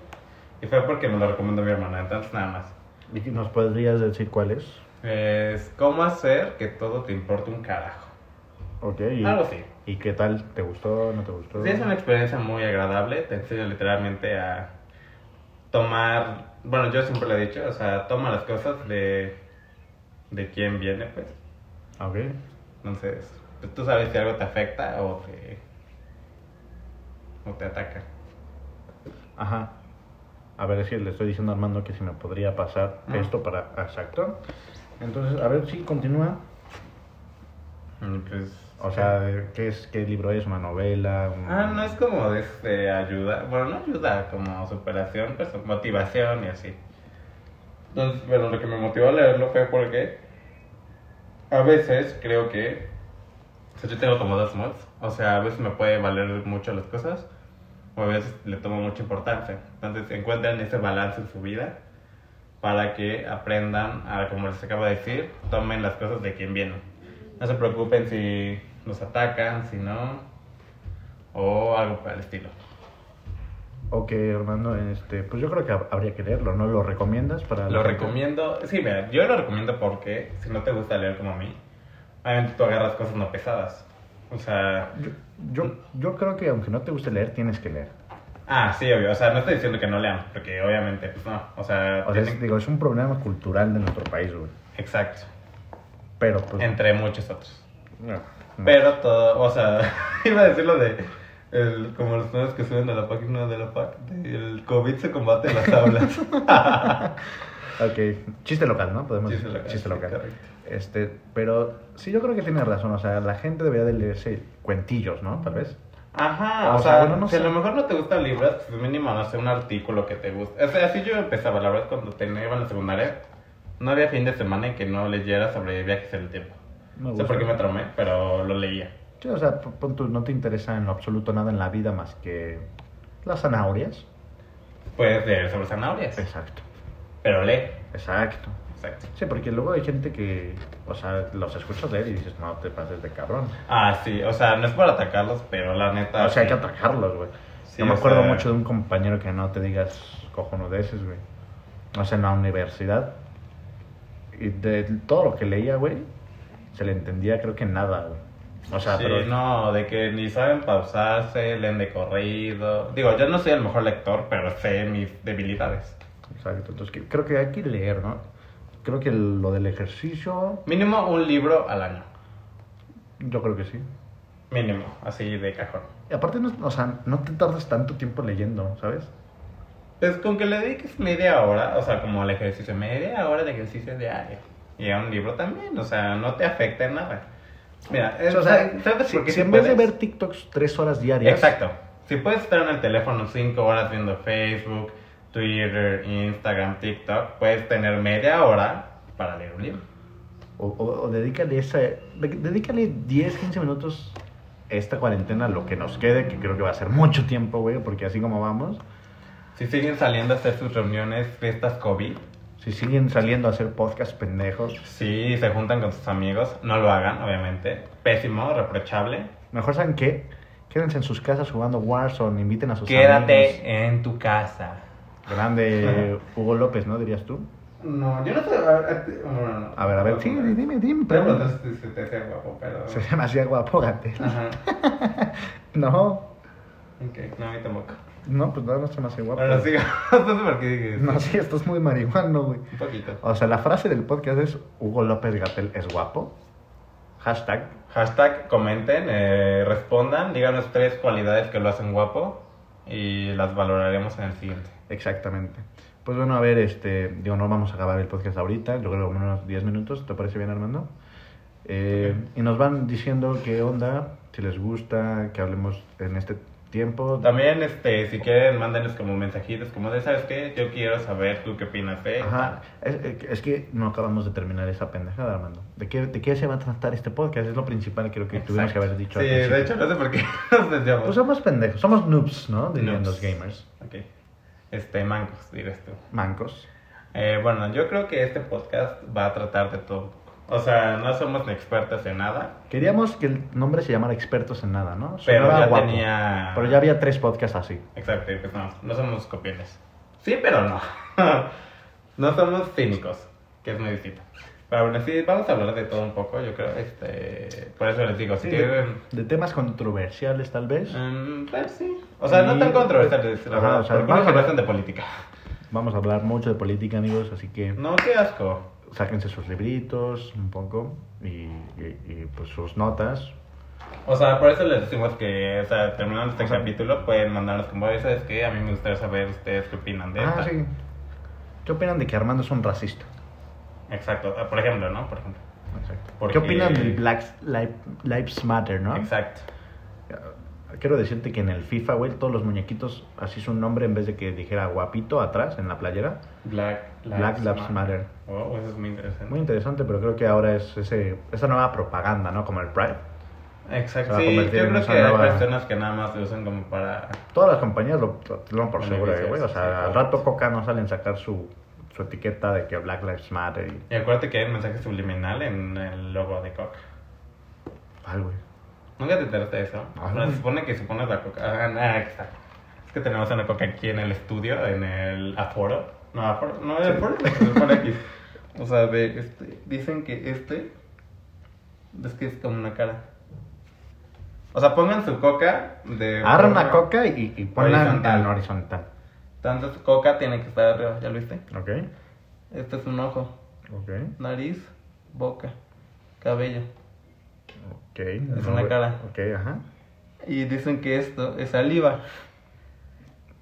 [SPEAKER 2] Y fue porque me lo recomendó mi hermana, entonces nada más.
[SPEAKER 1] ¿Y ¿Nos podrías decir cuál es?
[SPEAKER 2] Es cómo hacer que todo te importe un carajo.
[SPEAKER 1] Ok, y,
[SPEAKER 2] Algo así.
[SPEAKER 1] ¿y qué tal? ¿Te gustó? ¿No te gustó?
[SPEAKER 2] Ah, Sí, Pues es una experiencia muy agradable. Te enseña literalmente a tomar. Bueno, yo siempre lo he dicho, o sea, toma las cosas de. de quién viene, pues.
[SPEAKER 1] Ok,
[SPEAKER 2] Entonces, pues, tú sabes si algo te afecta o te. o te ataca.
[SPEAKER 1] ajá. A ver, es que le estoy diciendo a Armando que si me podría pasar
[SPEAKER 2] Ah.
[SPEAKER 1] esto para... Exacto. Entonces, a ver si continúa.
[SPEAKER 2] Y, pues.
[SPEAKER 1] O sea, ¿qué, es, ¿qué libro es? ¿Una novela? Un-
[SPEAKER 2] Ah, no es como de este, ayuda, bueno, no ayuda, como superación, pues motivación y así. Entonces, pero lo que me motivó a leerlo fue porque a veces creo que, o sea, yo tengo como dos mods, o sea, a veces me puede valer mucho las cosas o a veces le tomo mucha importancia. Entonces, encuentran ese balance en su vida para que aprendan a, como les acabo de decir, tomen las cosas de quien vienen. No se preocupen si nos atacan, si no, o algo por el estilo.
[SPEAKER 1] Ok, Armando, este, pues yo creo que hab- habría que leerlo, ¿no? ¿Lo recomiendas para la
[SPEAKER 2] Lo
[SPEAKER 1] gente?
[SPEAKER 2] recomiendo, sí, mira, yo lo recomiendo porque si no te gusta leer como a mí, obviamente tú agarras cosas no pesadas. O sea,
[SPEAKER 1] Yo, yo, yo creo que aunque no te guste leer, tienes que leer.
[SPEAKER 2] ah, sí, obvio, o sea, no estoy diciendo que no lean, porque obviamente, pues no, o sea,
[SPEAKER 1] O sea,
[SPEAKER 2] tienen-
[SPEAKER 1] es, digo, es un problema cultural de nuestro país, güey.
[SPEAKER 2] exacto,
[SPEAKER 1] Pero, pues...
[SPEAKER 2] entre muchos otros.
[SPEAKER 1] no, no.
[SPEAKER 2] Pero todo, o sea, iba a decir lo de, el- como los nuevos que suben a la página de la PAC, de el COVID se combate en las aulas.
[SPEAKER 1] Ok, chiste local, ¿no? Podemos
[SPEAKER 2] Chiste
[SPEAKER 1] decir
[SPEAKER 2] local,
[SPEAKER 1] chiste
[SPEAKER 2] sí,
[SPEAKER 1] local.
[SPEAKER 2] correcto.
[SPEAKER 1] Este, pero sí, yo creo que tienes razón. O sea, la gente debería de leerse cuentillos, ¿no? Tal vez.
[SPEAKER 2] Ajá,
[SPEAKER 1] Ah, O
[SPEAKER 2] o,
[SPEAKER 1] sea,
[SPEAKER 2] sea,
[SPEAKER 1] bueno, no
[SPEAKER 2] si
[SPEAKER 1] sé.
[SPEAKER 2] a lo mejor no te gustan libros, pues mínimo, no sé, un artículo que te guste. O sea, así yo empezaba, la verdad, cuando tenía iba en la secundaria, no había fin de semana en que no leyera sobre viajes en el tiempo.
[SPEAKER 1] Me
[SPEAKER 2] No sé por qué me traumé, pero lo leía.
[SPEAKER 1] Sí, o sea, p- pon tú, no te interesa en lo absoluto nada en la vida más que las zanahorias.
[SPEAKER 2] Puedes leer Pues, sobre zanahorias,
[SPEAKER 1] Exacto,
[SPEAKER 2] pero lee.
[SPEAKER 1] exacto.
[SPEAKER 2] Exacto.
[SPEAKER 1] Sí, porque luego hay gente que, o sea, los escuchas leer y dices, no te pases de cabrón.
[SPEAKER 2] Ah, sí, o sea, no es por atacarlos, pero la neta.
[SPEAKER 1] O sea, hay que
[SPEAKER 2] Ah, sí.
[SPEAKER 1] atacarlos, güey.
[SPEAKER 2] Sí,
[SPEAKER 1] Yo me
[SPEAKER 2] o
[SPEAKER 1] acuerdo
[SPEAKER 2] sea,
[SPEAKER 1] mucho de un compañero que no te digas cojonudeces, güey. O sea, en la universidad. Y de todo lo que leía, güey, se le entendía creo que nada, güey. O sea,
[SPEAKER 2] sí,
[SPEAKER 1] pero...
[SPEAKER 2] no, de que ni saben pausarse, leen de corrido. Digo, yo no soy el mejor lector, pero sé mis debilidades.
[SPEAKER 1] Exacto, entonces que- creo que hay que leer, ¿no? Creo que lo del ejercicio,
[SPEAKER 2] Mínimo un libro al año.
[SPEAKER 1] yo creo que sí.
[SPEAKER 2] Mínimo, así de cajón.
[SPEAKER 1] Y aparte, no, o sea, no te tardas tanto tiempo leyendo, ¿sabes?
[SPEAKER 2] Pues con que le dediques media hora, o sea, como el ejercicio, media hora de ejercicio diario. Y a un libro también, o sea, no te afecta en nada. Mira, es-
[SPEAKER 1] o sea,
[SPEAKER 2] ¿sabes
[SPEAKER 1] si,
[SPEAKER 2] por qué
[SPEAKER 1] si
[SPEAKER 2] sí
[SPEAKER 1] en vez de
[SPEAKER 2] puedes?
[SPEAKER 1] ver TikToks tres horas diarias...
[SPEAKER 2] Exacto. Si puedes estar en el teléfono cinco horas viendo Facebook, Twitter, Instagram, TikTok, puedes tener media hora para leer un libro.
[SPEAKER 1] O, o- o dedícale, esa, de- dedícale 10, 15 minutos esta cuarentena, lo que nos quede, que creo que va a ser mucho tiempo, güey, porque así como vamos,
[SPEAKER 2] Si siguen saliendo a hacer sus reuniones, fiestas COVID,
[SPEAKER 1] Si siguen saliendo a hacer podcast pendejos,
[SPEAKER 2] si se juntan con sus amigos, no lo hagan, obviamente. Pésimo, reprochable.
[SPEAKER 1] mejor saben qué. Quédense en sus casas jugando Warzone, inviten a sus amigos.
[SPEAKER 2] Quédate en tu casa.
[SPEAKER 1] Grande Hugo López, ¿no? Dirías tú.
[SPEAKER 2] No, yo no sé. A ver, no, no.
[SPEAKER 1] A ver, a ver, sí, dime, dime.
[SPEAKER 2] Pero
[SPEAKER 1] pregunta.
[SPEAKER 2] se te hace guapo, pero.
[SPEAKER 1] Se llama así guapo, Gatel.
[SPEAKER 2] Ajá.
[SPEAKER 1] No,
[SPEAKER 2] Ok, no, a mí tampoco.
[SPEAKER 1] no, pues nada más se me hace guapo.
[SPEAKER 2] Bueno, sigo. No sé por qué dije eso.
[SPEAKER 1] No, sí, estás muy marihuano, güey.
[SPEAKER 2] Un poquito.
[SPEAKER 1] O sea, la frase del podcast es Hugo López Gatel es guapo. Hashtag.
[SPEAKER 2] Hashtag, comenten, eh, respondan, díganos tres cualidades que lo hacen guapo y las valoraremos en el siguiente.
[SPEAKER 1] Exactamente. Pues bueno, a ver, este, digo, no vamos a acabar el podcast ahorita, yo creo que en unos 10 minutos, ¿te parece bien, Armando? Eh, Y nos van diciendo qué onda, si les gusta, que hablemos en este tiempo.
[SPEAKER 2] También, este, si quieren, mándenos como mensajitos, como de, ¿sabes qué? Yo quiero saber tú qué opinas, ¿eh?
[SPEAKER 1] Ajá, es, es que no acabamos de terminar esa pendejada, Armando. ¿De qué, ¿De qué se va a tratar este podcast? Es lo principal creo que tuvimos que haber dicho.
[SPEAKER 2] Sí,
[SPEAKER 1] al principio.
[SPEAKER 2] de hecho, no sé por qué nos desviamos.
[SPEAKER 1] Pues somos pendejos, somos noobs, ¿no? Dirían los
[SPEAKER 2] Noobs.
[SPEAKER 1] gamers.
[SPEAKER 2] Ok. Este, mangos, dirás tú.
[SPEAKER 1] Mancos.
[SPEAKER 2] Eh, bueno, yo creo que este podcast va a tratar de todo. un poco. O sea, no somos ni expertos en nada,
[SPEAKER 1] Queríamos que el nombre se llamara Expertos en Nada, ¿no?
[SPEAKER 2] pero
[SPEAKER 1] Sonaba
[SPEAKER 2] ya
[SPEAKER 1] guapo.
[SPEAKER 2] tenía...
[SPEAKER 1] Pero ya había tres podcasts así.
[SPEAKER 2] Exacto, pues no, no somos copiones. Sí, pero no. no somos cínicos, que es muy distinto. Pero bueno, sí, vamos a hablar de todo un poco, yo creo. Este, por eso les digo, si quieren...
[SPEAKER 1] De temas controversiales, tal vez.
[SPEAKER 2] mm, pues sí. O sea, no tan
[SPEAKER 1] Y-
[SPEAKER 2] controversiales, la
[SPEAKER 1] Ajá,
[SPEAKER 2] verdad.
[SPEAKER 1] o sea,
[SPEAKER 2] porque no
[SPEAKER 1] vamos a-
[SPEAKER 2] se hablan de política.
[SPEAKER 1] Vamos a hablar mucho de política, amigos, así que
[SPEAKER 2] No, qué asco.
[SPEAKER 1] sáquense sus libritos un poco y, y- y, pues sus notas.
[SPEAKER 2] O sea, por eso les decimos que, o sea, terminando este
[SPEAKER 1] O sea-
[SPEAKER 2] capítulo, pueden mandarnos como, "Oye, ¿sabes qué? A mí me gustaría saber ustedes qué opinan de
[SPEAKER 1] Ah,
[SPEAKER 2] esta".
[SPEAKER 1] sí. ¿Qué opinan de que Armando es un racista?
[SPEAKER 2] Exacto, Ah, por ejemplo, ¿no? Por ejemplo.
[SPEAKER 1] Exacto.
[SPEAKER 2] Porque-
[SPEAKER 1] ¿Qué opinan del Black Li- Lives Matter, no?
[SPEAKER 2] Exacto.
[SPEAKER 1] Quiero decirte que en el FIFA, güey, todos los muñequitos, así su nombre, en vez de que dijera guapito atrás en la playera,
[SPEAKER 2] Black
[SPEAKER 1] Black Lives Matter.
[SPEAKER 2] Oh, eso es muy interesante.
[SPEAKER 1] Muy interesante, pero creo que ahora es ese, esa nueva propaganda, ¿no? Como el Pride.
[SPEAKER 2] Exacto.
[SPEAKER 1] Se va a
[SPEAKER 2] Sí, yo
[SPEAKER 1] convertir en
[SPEAKER 2] creo
[SPEAKER 1] esa
[SPEAKER 2] que hay
[SPEAKER 1] nueva-
[SPEAKER 2] personas que nada más lo usan como para.
[SPEAKER 1] Todas las compañías lo toman por seguro,
[SPEAKER 2] Beneficios,
[SPEAKER 1] güey. O sea,
[SPEAKER 2] sí,
[SPEAKER 1] al
[SPEAKER 2] claro.
[SPEAKER 1] rato Coca no salen a sacar su, su etiqueta de que Black Lives Matter y
[SPEAKER 2] Y acuérdate que hay un mensaje subliminal en el logo de Coca.
[SPEAKER 1] tal, güey.
[SPEAKER 2] Nunca te enteraste de eso.
[SPEAKER 1] Ah,
[SPEAKER 2] No,
[SPEAKER 1] no.
[SPEAKER 2] se supone que si pones la Coca. Ah, nada, aquí está. Es que tenemos una Coca aquí en el estudio, en el aforo. No, aforo. No, el aforo. Se supone aquí. O sea, ve, este. Dicen que este. Es que es como una cara. O sea, pongan su coca de.
[SPEAKER 1] Agarra una
[SPEAKER 2] forma-
[SPEAKER 1] Coca y, y ponla
[SPEAKER 2] Horizontal.
[SPEAKER 1] en horizontal.
[SPEAKER 2] Tanto su coca tiene que estar arriba, ¿ya lo viste?
[SPEAKER 1] Ok,
[SPEAKER 2] Este es un ojo,
[SPEAKER 1] ok,
[SPEAKER 2] nariz, boca, cabello.
[SPEAKER 1] ok. Es
[SPEAKER 2] una cara.
[SPEAKER 1] Ok, ajá.
[SPEAKER 2] Y dicen que esto es saliva.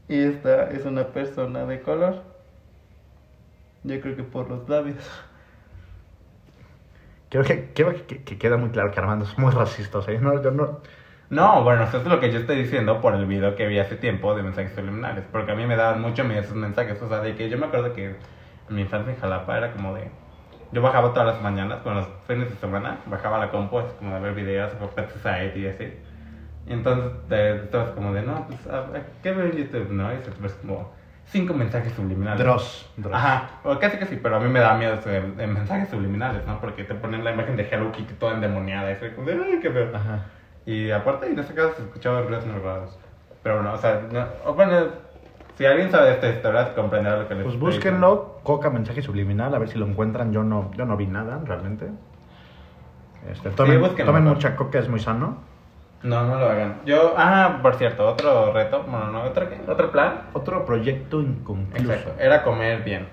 [SPEAKER 2] Y esta es una persona de color. Yo creo que por los labios.
[SPEAKER 1] Creo que, creo que, que queda muy claro que Armando es muy racista, o sea, no, yo no...
[SPEAKER 2] No, bueno, eso es lo que yo estoy diciendo por el video que vi hace tiempo de mensajes preliminares. Porque a mí me daban mucho miedo esos mensajes. O sea, de que yo me acuerdo que en mi infancia en Jalapa era como de. Yo bajaba todas las mañanas, bueno, los fines de semana, bajaba a la compu, así como de ver videos, Rocket Society y así. Y entonces, de, todos como de, no, pues, a- a- ¿qué veo en YouTube? ¿No? Y se te ves como cinco mensajes subliminales.
[SPEAKER 1] Dross. Dross.
[SPEAKER 2] Ajá, o casi que sí, pero a mí me da miedo ese- de mensajes subliminales, ¿no? Porque te ponen la imagen de Hello Kitty toda endemoniada y soy como de, ay, qué feo.
[SPEAKER 1] Ajá.
[SPEAKER 2] Y aparte, en este caso se escuchaban ruidos muy raros. Pero bueno, o sea, no- o bueno, si alguien sabe de esta historia, comprenderá lo que les
[SPEAKER 1] Pues
[SPEAKER 2] estoy diciendo.
[SPEAKER 1] búsquenlo, Coca mensaje subliminal, a ver si lo encuentran. Yo no, yo no vi nada realmente. Este, tomen
[SPEAKER 2] búsquenlo.
[SPEAKER 1] tomen mucha coca, es muy sano.
[SPEAKER 2] No, no lo hagan. Yo, ah, por cierto, otro reto, bueno, no, otro, qué? otro plan.
[SPEAKER 1] Otro proyecto inconcluso.
[SPEAKER 2] Exacto, era comer bien.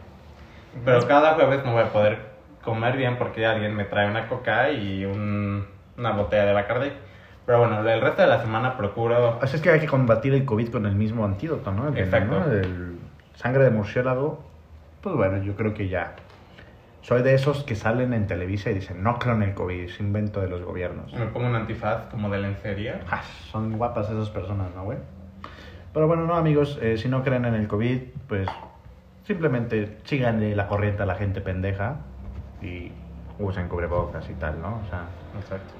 [SPEAKER 2] Pero cada jueves no voy a poder comer bien porque alguien me trae una coca y un- una botella de Bacardi. Pero bueno, el resto de la semana procuro
[SPEAKER 1] Así es que hay que combatir el COVID con el mismo antídoto, ¿no? El
[SPEAKER 2] Exacto.
[SPEAKER 1] veneno, el sangre de murciélago. Pues bueno, yo creo que ya. Soy de esos que salen en Televisa y dicen, no creo en el COVID, es invento de los gobiernos.
[SPEAKER 2] me pongo un antifaz como de lencería.
[SPEAKER 1] Ah, son guapas esas personas, ¿no, güey? Pero bueno, no, amigos, eh, si no creen en el COVID, pues simplemente síganle la corriente a la gente pendeja y usen cubrebocas y tal, ¿no? O sea,
[SPEAKER 2] Exacto.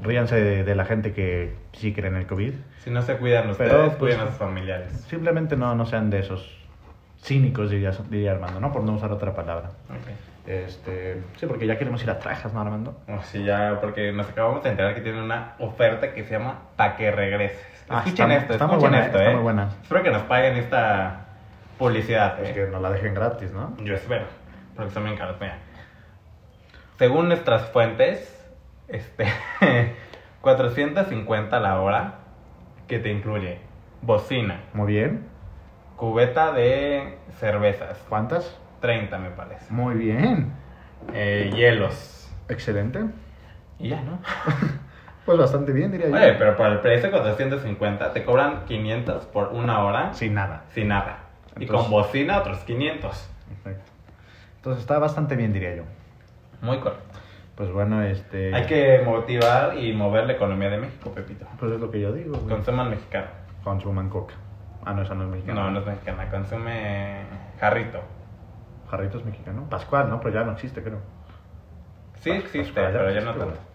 [SPEAKER 1] ríanse de, de la gente que sí cree en el COVID.
[SPEAKER 2] Si no se cuidan
[SPEAKER 1] Pero,
[SPEAKER 2] ustedes,
[SPEAKER 1] pues,
[SPEAKER 2] cuiden a sus familiares.
[SPEAKER 1] Simplemente no, no sean de esos cínicos, diría, diría Armando, ¿no? Por no usar otra palabra.
[SPEAKER 2] Ok.
[SPEAKER 1] Este, sí, porque ya queremos ir a trajas, ¿no, Armando?
[SPEAKER 2] Así ya, porque nos acabamos de enterar que tienen una oferta que se llama Pa' que regreses.
[SPEAKER 1] Ah,
[SPEAKER 2] escuchen
[SPEAKER 1] está-
[SPEAKER 2] esto,
[SPEAKER 1] está muy
[SPEAKER 2] escuchen
[SPEAKER 1] buena,
[SPEAKER 2] esto,
[SPEAKER 1] está
[SPEAKER 2] eh.
[SPEAKER 1] muy buena.
[SPEAKER 2] Espero que nos paguen esta publicidad,
[SPEAKER 1] Pues
[SPEAKER 2] eh.
[SPEAKER 1] que nos la dejen gratis, ¿no?
[SPEAKER 2] Yo espero, porque son bien caros, mira. Según nuestras fuentes, este, 450 la hora, que te incluye bocina,
[SPEAKER 1] Muy bien.
[SPEAKER 2] cubeta de cervezas,
[SPEAKER 1] ¿Cuántas?
[SPEAKER 2] 30 me parece,
[SPEAKER 1] Muy bien.
[SPEAKER 2] eh, hielos,
[SPEAKER 1] Excelente.
[SPEAKER 2] y ya, ¿no?
[SPEAKER 1] Pues bastante bien, diría
[SPEAKER 2] Oye,
[SPEAKER 1] yo.
[SPEAKER 2] pero por el precio de 450 te cobran 500 por una hora
[SPEAKER 1] Sin nada.
[SPEAKER 2] sin nada. y
[SPEAKER 1] Entonces-
[SPEAKER 2] con bocina otros 500.
[SPEAKER 1] Exacto. Entonces está bastante bien, diría yo.
[SPEAKER 2] Muy correcto.
[SPEAKER 1] Pues bueno, este.
[SPEAKER 2] Hay que motivar y mover la economía de México, Pepito.
[SPEAKER 1] Pues es lo que yo digo, güey.
[SPEAKER 2] Consuman mexicano.
[SPEAKER 1] Consuman coca. Ah, no, esa no es mexicana.
[SPEAKER 2] No, no es mexicana, consume jarrito.
[SPEAKER 1] Jarrito es mexicano. Pascual, ¿no? Pero ya no existe, creo.
[SPEAKER 2] Sí
[SPEAKER 1] Pas-
[SPEAKER 2] existe,
[SPEAKER 1] Pascual,
[SPEAKER 2] pero ya no
[SPEAKER 1] existe, güey.
[SPEAKER 2] tanto.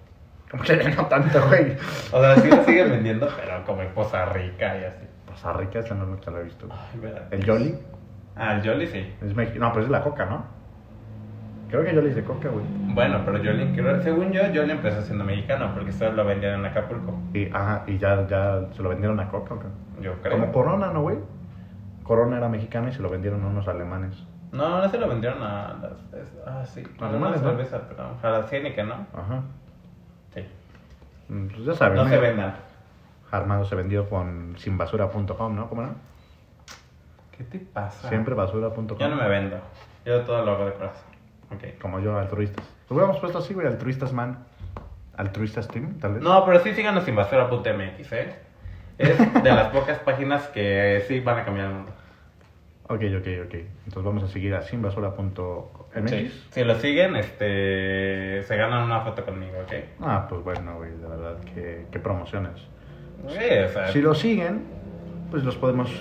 [SPEAKER 1] Como que ya no tanto, güey.
[SPEAKER 2] O sea, sí lo siguen vendiendo, pero como en Poza Rica y así.
[SPEAKER 1] Poza Rica, Pues esa no nunca la he visto.
[SPEAKER 2] Ay, ¿verdad?
[SPEAKER 1] El Jolly
[SPEAKER 2] Ah, el Jolly sí.
[SPEAKER 1] es México. No, pero es de la coca, ¿no? Creo que Jolly es de coca, güey.
[SPEAKER 2] Bueno, pero Jolly, creo- según yo, Jolly empezó siendo mexicano, porque solo lo vendían en Acapulco,
[SPEAKER 1] Y, ajá, y ya, ya se lo vendieron a coca, ¿o qué?
[SPEAKER 2] yo creo.
[SPEAKER 1] Como Corona, ¿no, güey? Corona era mexicana y se lo vendieron a unos alemanes.
[SPEAKER 2] No, no se lo vendieron a las... es- ah, sí.
[SPEAKER 1] A
[SPEAKER 2] A
[SPEAKER 1] las
[SPEAKER 2] las
[SPEAKER 1] malas, ¿no?
[SPEAKER 2] cervezas, pero a las Heineken, ¿no?
[SPEAKER 1] Ajá.
[SPEAKER 2] Sí.
[SPEAKER 1] Mm, Pues ya sabes.
[SPEAKER 2] No
[SPEAKER 1] ¿no?
[SPEAKER 2] se vendan.
[SPEAKER 1] Armando se vendió con sinbasura.com, ¿no? ¿Cómo era?
[SPEAKER 2] ¿Qué te pasa?
[SPEAKER 1] Siempre basura.com.
[SPEAKER 2] Yo no me vendo. Yo todo lo hago de corazón. Ok.
[SPEAKER 1] Como yo, altruistas. Lo hubiéramos puesto así, güey, altruistas man. Altruistas team, tal vez.
[SPEAKER 2] No, pero sí síganos sin basura.mx, ¿eh? Es de las pocas páginas que sí van a cambiar el mundo.
[SPEAKER 1] Ok, ok, ok. Entonces vamos a seguir a sinbasura.mx.
[SPEAKER 2] Sí. Si lo siguen, este, se ganan una foto conmigo, ¿ok?
[SPEAKER 1] Ah, pues bueno, güey, de verdad, qué, qué promociones.
[SPEAKER 2] Sí, o sea.
[SPEAKER 1] Si lo siguen, pues los podemos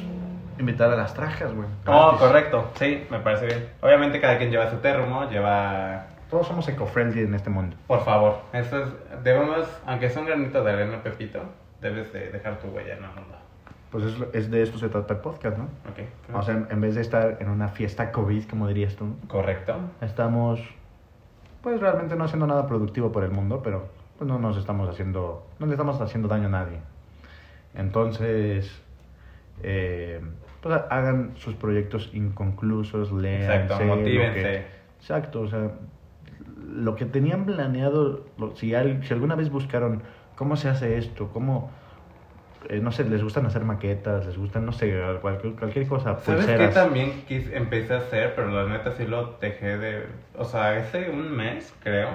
[SPEAKER 1] invitar a las trajas, güey.
[SPEAKER 2] Oh,
[SPEAKER 1] Gratis.
[SPEAKER 2] correcto. Sí, me parece bien. Obviamente cada quien lleva su termo, lleva...
[SPEAKER 1] Todos somos eco-friendly en este mundo.
[SPEAKER 2] Por favor, eso es... Debemos, aunque sea un granito de arena, Pepito, debes de dejar tu huella en el mundo.
[SPEAKER 1] Pues es, es de esto se trata el podcast, ¿no?
[SPEAKER 2] ¿Ok?
[SPEAKER 1] O sea, en, en vez de estar en una fiesta COVID, como dirías tú,
[SPEAKER 2] Correcto.
[SPEAKER 1] estamos, pues realmente no haciendo nada productivo por el mundo, pero pues no nos estamos haciendo, no le estamos haciendo daño a nadie. Entonces, eh, pues ha- hagan sus proyectos inconclusos, lean.
[SPEAKER 2] Exacto, motívense.
[SPEAKER 1] Exacto, o sea, lo que tenían planeado, lo- si, al- si alguna vez buscaron cómo se hace esto, cómo, eh, no sé, les gustan hacer maquetas, les gustan, no sé, cualquier, cualquier cosa,
[SPEAKER 2] ¿Sabes qué
[SPEAKER 1] pulseras.
[SPEAKER 2] también quis- empecé a hacer? Pero la neta sí lo dejé de... O sea, hace un mes, creo.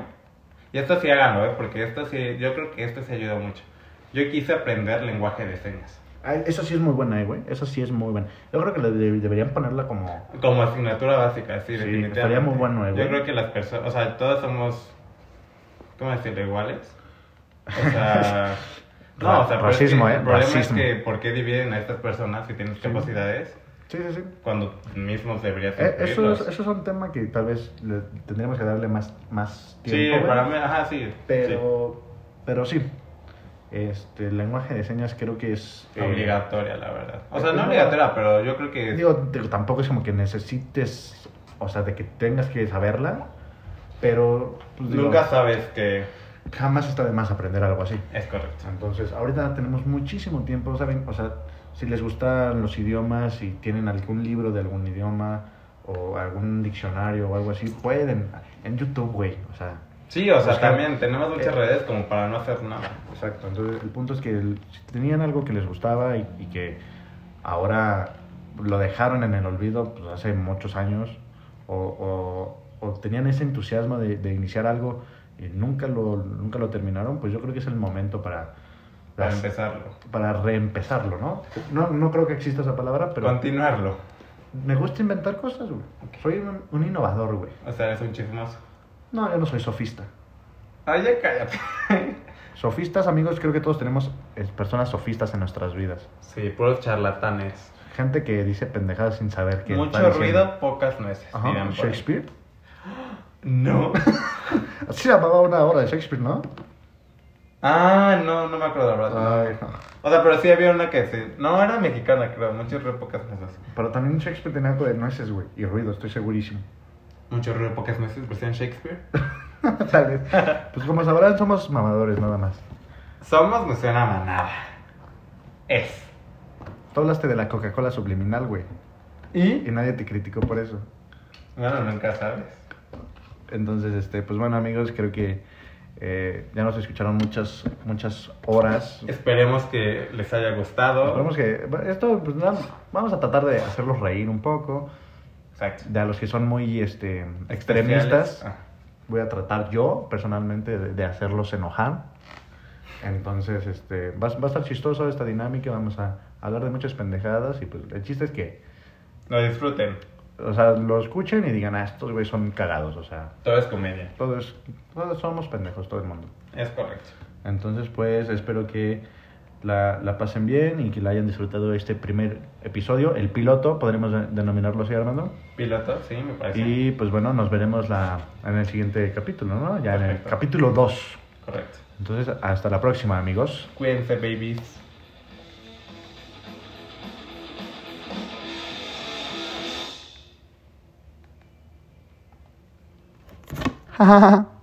[SPEAKER 2] Y esto sí háganlo, ¿eh? Porque esto sí... Yo creo que esto sí ayuda mucho. Yo quise aprender lenguaje de señas.
[SPEAKER 1] Ah, Eso sí es muy buena, eh, güey, eso sí es muy buena. Yo creo que le de- deberían ponerla como...
[SPEAKER 2] Como asignatura básica, sí,
[SPEAKER 1] Sí,
[SPEAKER 2] definitivamente.
[SPEAKER 1] estaría muy bueno, eh,
[SPEAKER 2] Yo
[SPEAKER 1] güey.
[SPEAKER 2] creo que las personas... O sea, todos somos... ¿Cómo decirlo? Iguales. O sea... No, o sea, pero es que
[SPEAKER 1] Racismo, ¿eh?
[SPEAKER 2] El problema
[SPEAKER 1] Racismo.
[SPEAKER 2] es que ¿por qué dividen a estas personas si tienen
[SPEAKER 1] Sí.
[SPEAKER 2] capacidades
[SPEAKER 1] Sí, sí, sí.
[SPEAKER 2] cuando mismos deberías
[SPEAKER 1] Eh, eso, es,
[SPEAKER 2] incluirlos?
[SPEAKER 1] eso es un tema que tal vez le- tendríamos que darle más, más
[SPEAKER 2] Sí,
[SPEAKER 1] tiempo. güey.
[SPEAKER 2] para mí, ajá, sí. sí.
[SPEAKER 1] Pero sí. pero sí. Este, el lenguaje de señas creo que es... eh,
[SPEAKER 2] Obligatoria, la verdad. O sea,
[SPEAKER 1] es
[SPEAKER 2] no
[SPEAKER 1] una-
[SPEAKER 2] obligatoria, pero yo creo que.
[SPEAKER 1] Digo, digo, tampoco es como que necesites, o sea, de que tengas que saberla, pero pues, digo,
[SPEAKER 2] nunca sabes que
[SPEAKER 1] jamás está de más aprender algo así.
[SPEAKER 2] es correcto.
[SPEAKER 1] Entonces, ahorita tenemos muchísimo tiempo, ¿saben? O sea, si les gustan los idiomas, si tienen algún libro de algún idioma o algún diccionario o algo así, pueden en YouTube, güey, o sea,
[SPEAKER 2] Sí, o sea,
[SPEAKER 1] Buscar-
[SPEAKER 2] también tenemos muchas
[SPEAKER 1] eh,
[SPEAKER 2] redes como para no hacer nada.
[SPEAKER 1] Exacto, entonces el punto es que el- si tenían algo que les gustaba y, y que ahora lo dejaron en el olvido pues, hace muchos años o, o- o tenían ese entusiasmo de, de iniciar algo y nunca lo, nunca lo terminaron, pues yo creo que es el momento para,
[SPEAKER 2] Para
[SPEAKER 1] las-
[SPEAKER 2] empezarlo.
[SPEAKER 1] para reempezarlo, ¿no? ¿no? No creo que exista esa palabra, pero
[SPEAKER 2] Continuarlo.
[SPEAKER 1] me gusta inventar cosas, güey. Soy un, un innovador, güey.
[SPEAKER 2] O sea, es un chismoso.
[SPEAKER 1] No, yo no soy sofista.
[SPEAKER 2] Ay, ya cállate.
[SPEAKER 1] Sofistas, amigos, creo que todos tenemos eh, personas sofistas en nuestras vidas.
[SPEAKER 2] Sí, puros charlatanes.
[SPEAKER 1] Gente que dice pendejadas sin saber que está
[SPEAKER 2] Mucho
[SPEAKER 1] diciendo.
[SPEAKER 2] ruido, pocas nueces.
[SPEAKER 1] Ajá,
[SPEAKER 2] dirán por ahí.
[SPEAKER 1] Shakespeare.
[SPEAKER 2] No.
[SPEAKER 1] Así se llamaba una obra de Shakespeare, ¿no?
[SPEAKER 2] Ah, no, no me acuerdo, la verdad.
[SPEAKER 1] Ay, no.
[SPEAKER 2] O sea, pero sí había una que sí. No, era mexicana, creo. Muchas re pocas mesas.
[SPEAKER 1] Pero también Shakespeare tenía algo de nueces, güey. Y ruido, estoy segurísimo.
[SPEAKER 2] Muchos re pocas mesas, versión Shakespeare.
[SPEAKER 1] Tal vez. Pues como sabrán, somos mamadores nada más.
[SPEAKER 2] Somos Museo una Manada. Es.
[SPEAKER 1] Tú hablaste de la Coca-Cola subliminal, güey.
[SPEAKER 2] ¿Y?
[SPEAKER 1] Y nadie te criticó por eso.
[SPEAKER 2] Bueno, nunca sabes.
[SPEAKER 1] Entonces, este, pues bueno, amigos, creo que eh, ya nos escucharon muchas, muchas horas.
[SPEAKER 2] Esperemos que les haya gustado.
[SPEAKER 1] Esperemos que esto, pues nada, vamos a tratar de hacerlos reír un poco.
[SPEAKER 2] Exacto.
[SPEAKER 1] De a los que son muy este, extremistas,
[SPEAKER 2] Ah.
[SPEAKER 1] voy a tratar yo personalmente de, de hacerlos enojar. Entonces, este, va, va a estar chistoso esta dinámica, vamos a hablar de muchas pendejadas y pues el chiste es que,
[SPEAKER 2] Lo disfruten.
[SPEAKER 1] o sea, lo escuchen y digan, ah, estos güeyes son cagados, o sea,
[SPEAKER 2] Todo es comedia.
[SPEAKER 1] todos, todos somos pendejos, todo el mundo.
[SPEAKER 2] Es correcto.
[SPEAKER 1] Entonces, pues espero que la, la pasen bien y que la hayan disfrutado este primer episodio, el piloto, podremos de- denominarlo así, Armando.
[SPEAKER 2] Piloto, sí, me parece.
[SPEAKER 1] Y pues bueno, nos veremos la, en el siguiente capítulo, ¿no? Ya en el
[SPEAKER 2] Perfecto.
[SPEAKER 1] capítulo 2.
[SPEAKER 2] Correcto.
[SPEAKER 1] Entonces, hasta la próxima, amigos.
[SPEAKER 2] Cuídense, babies.
[SPEAKER 1] Jajaja.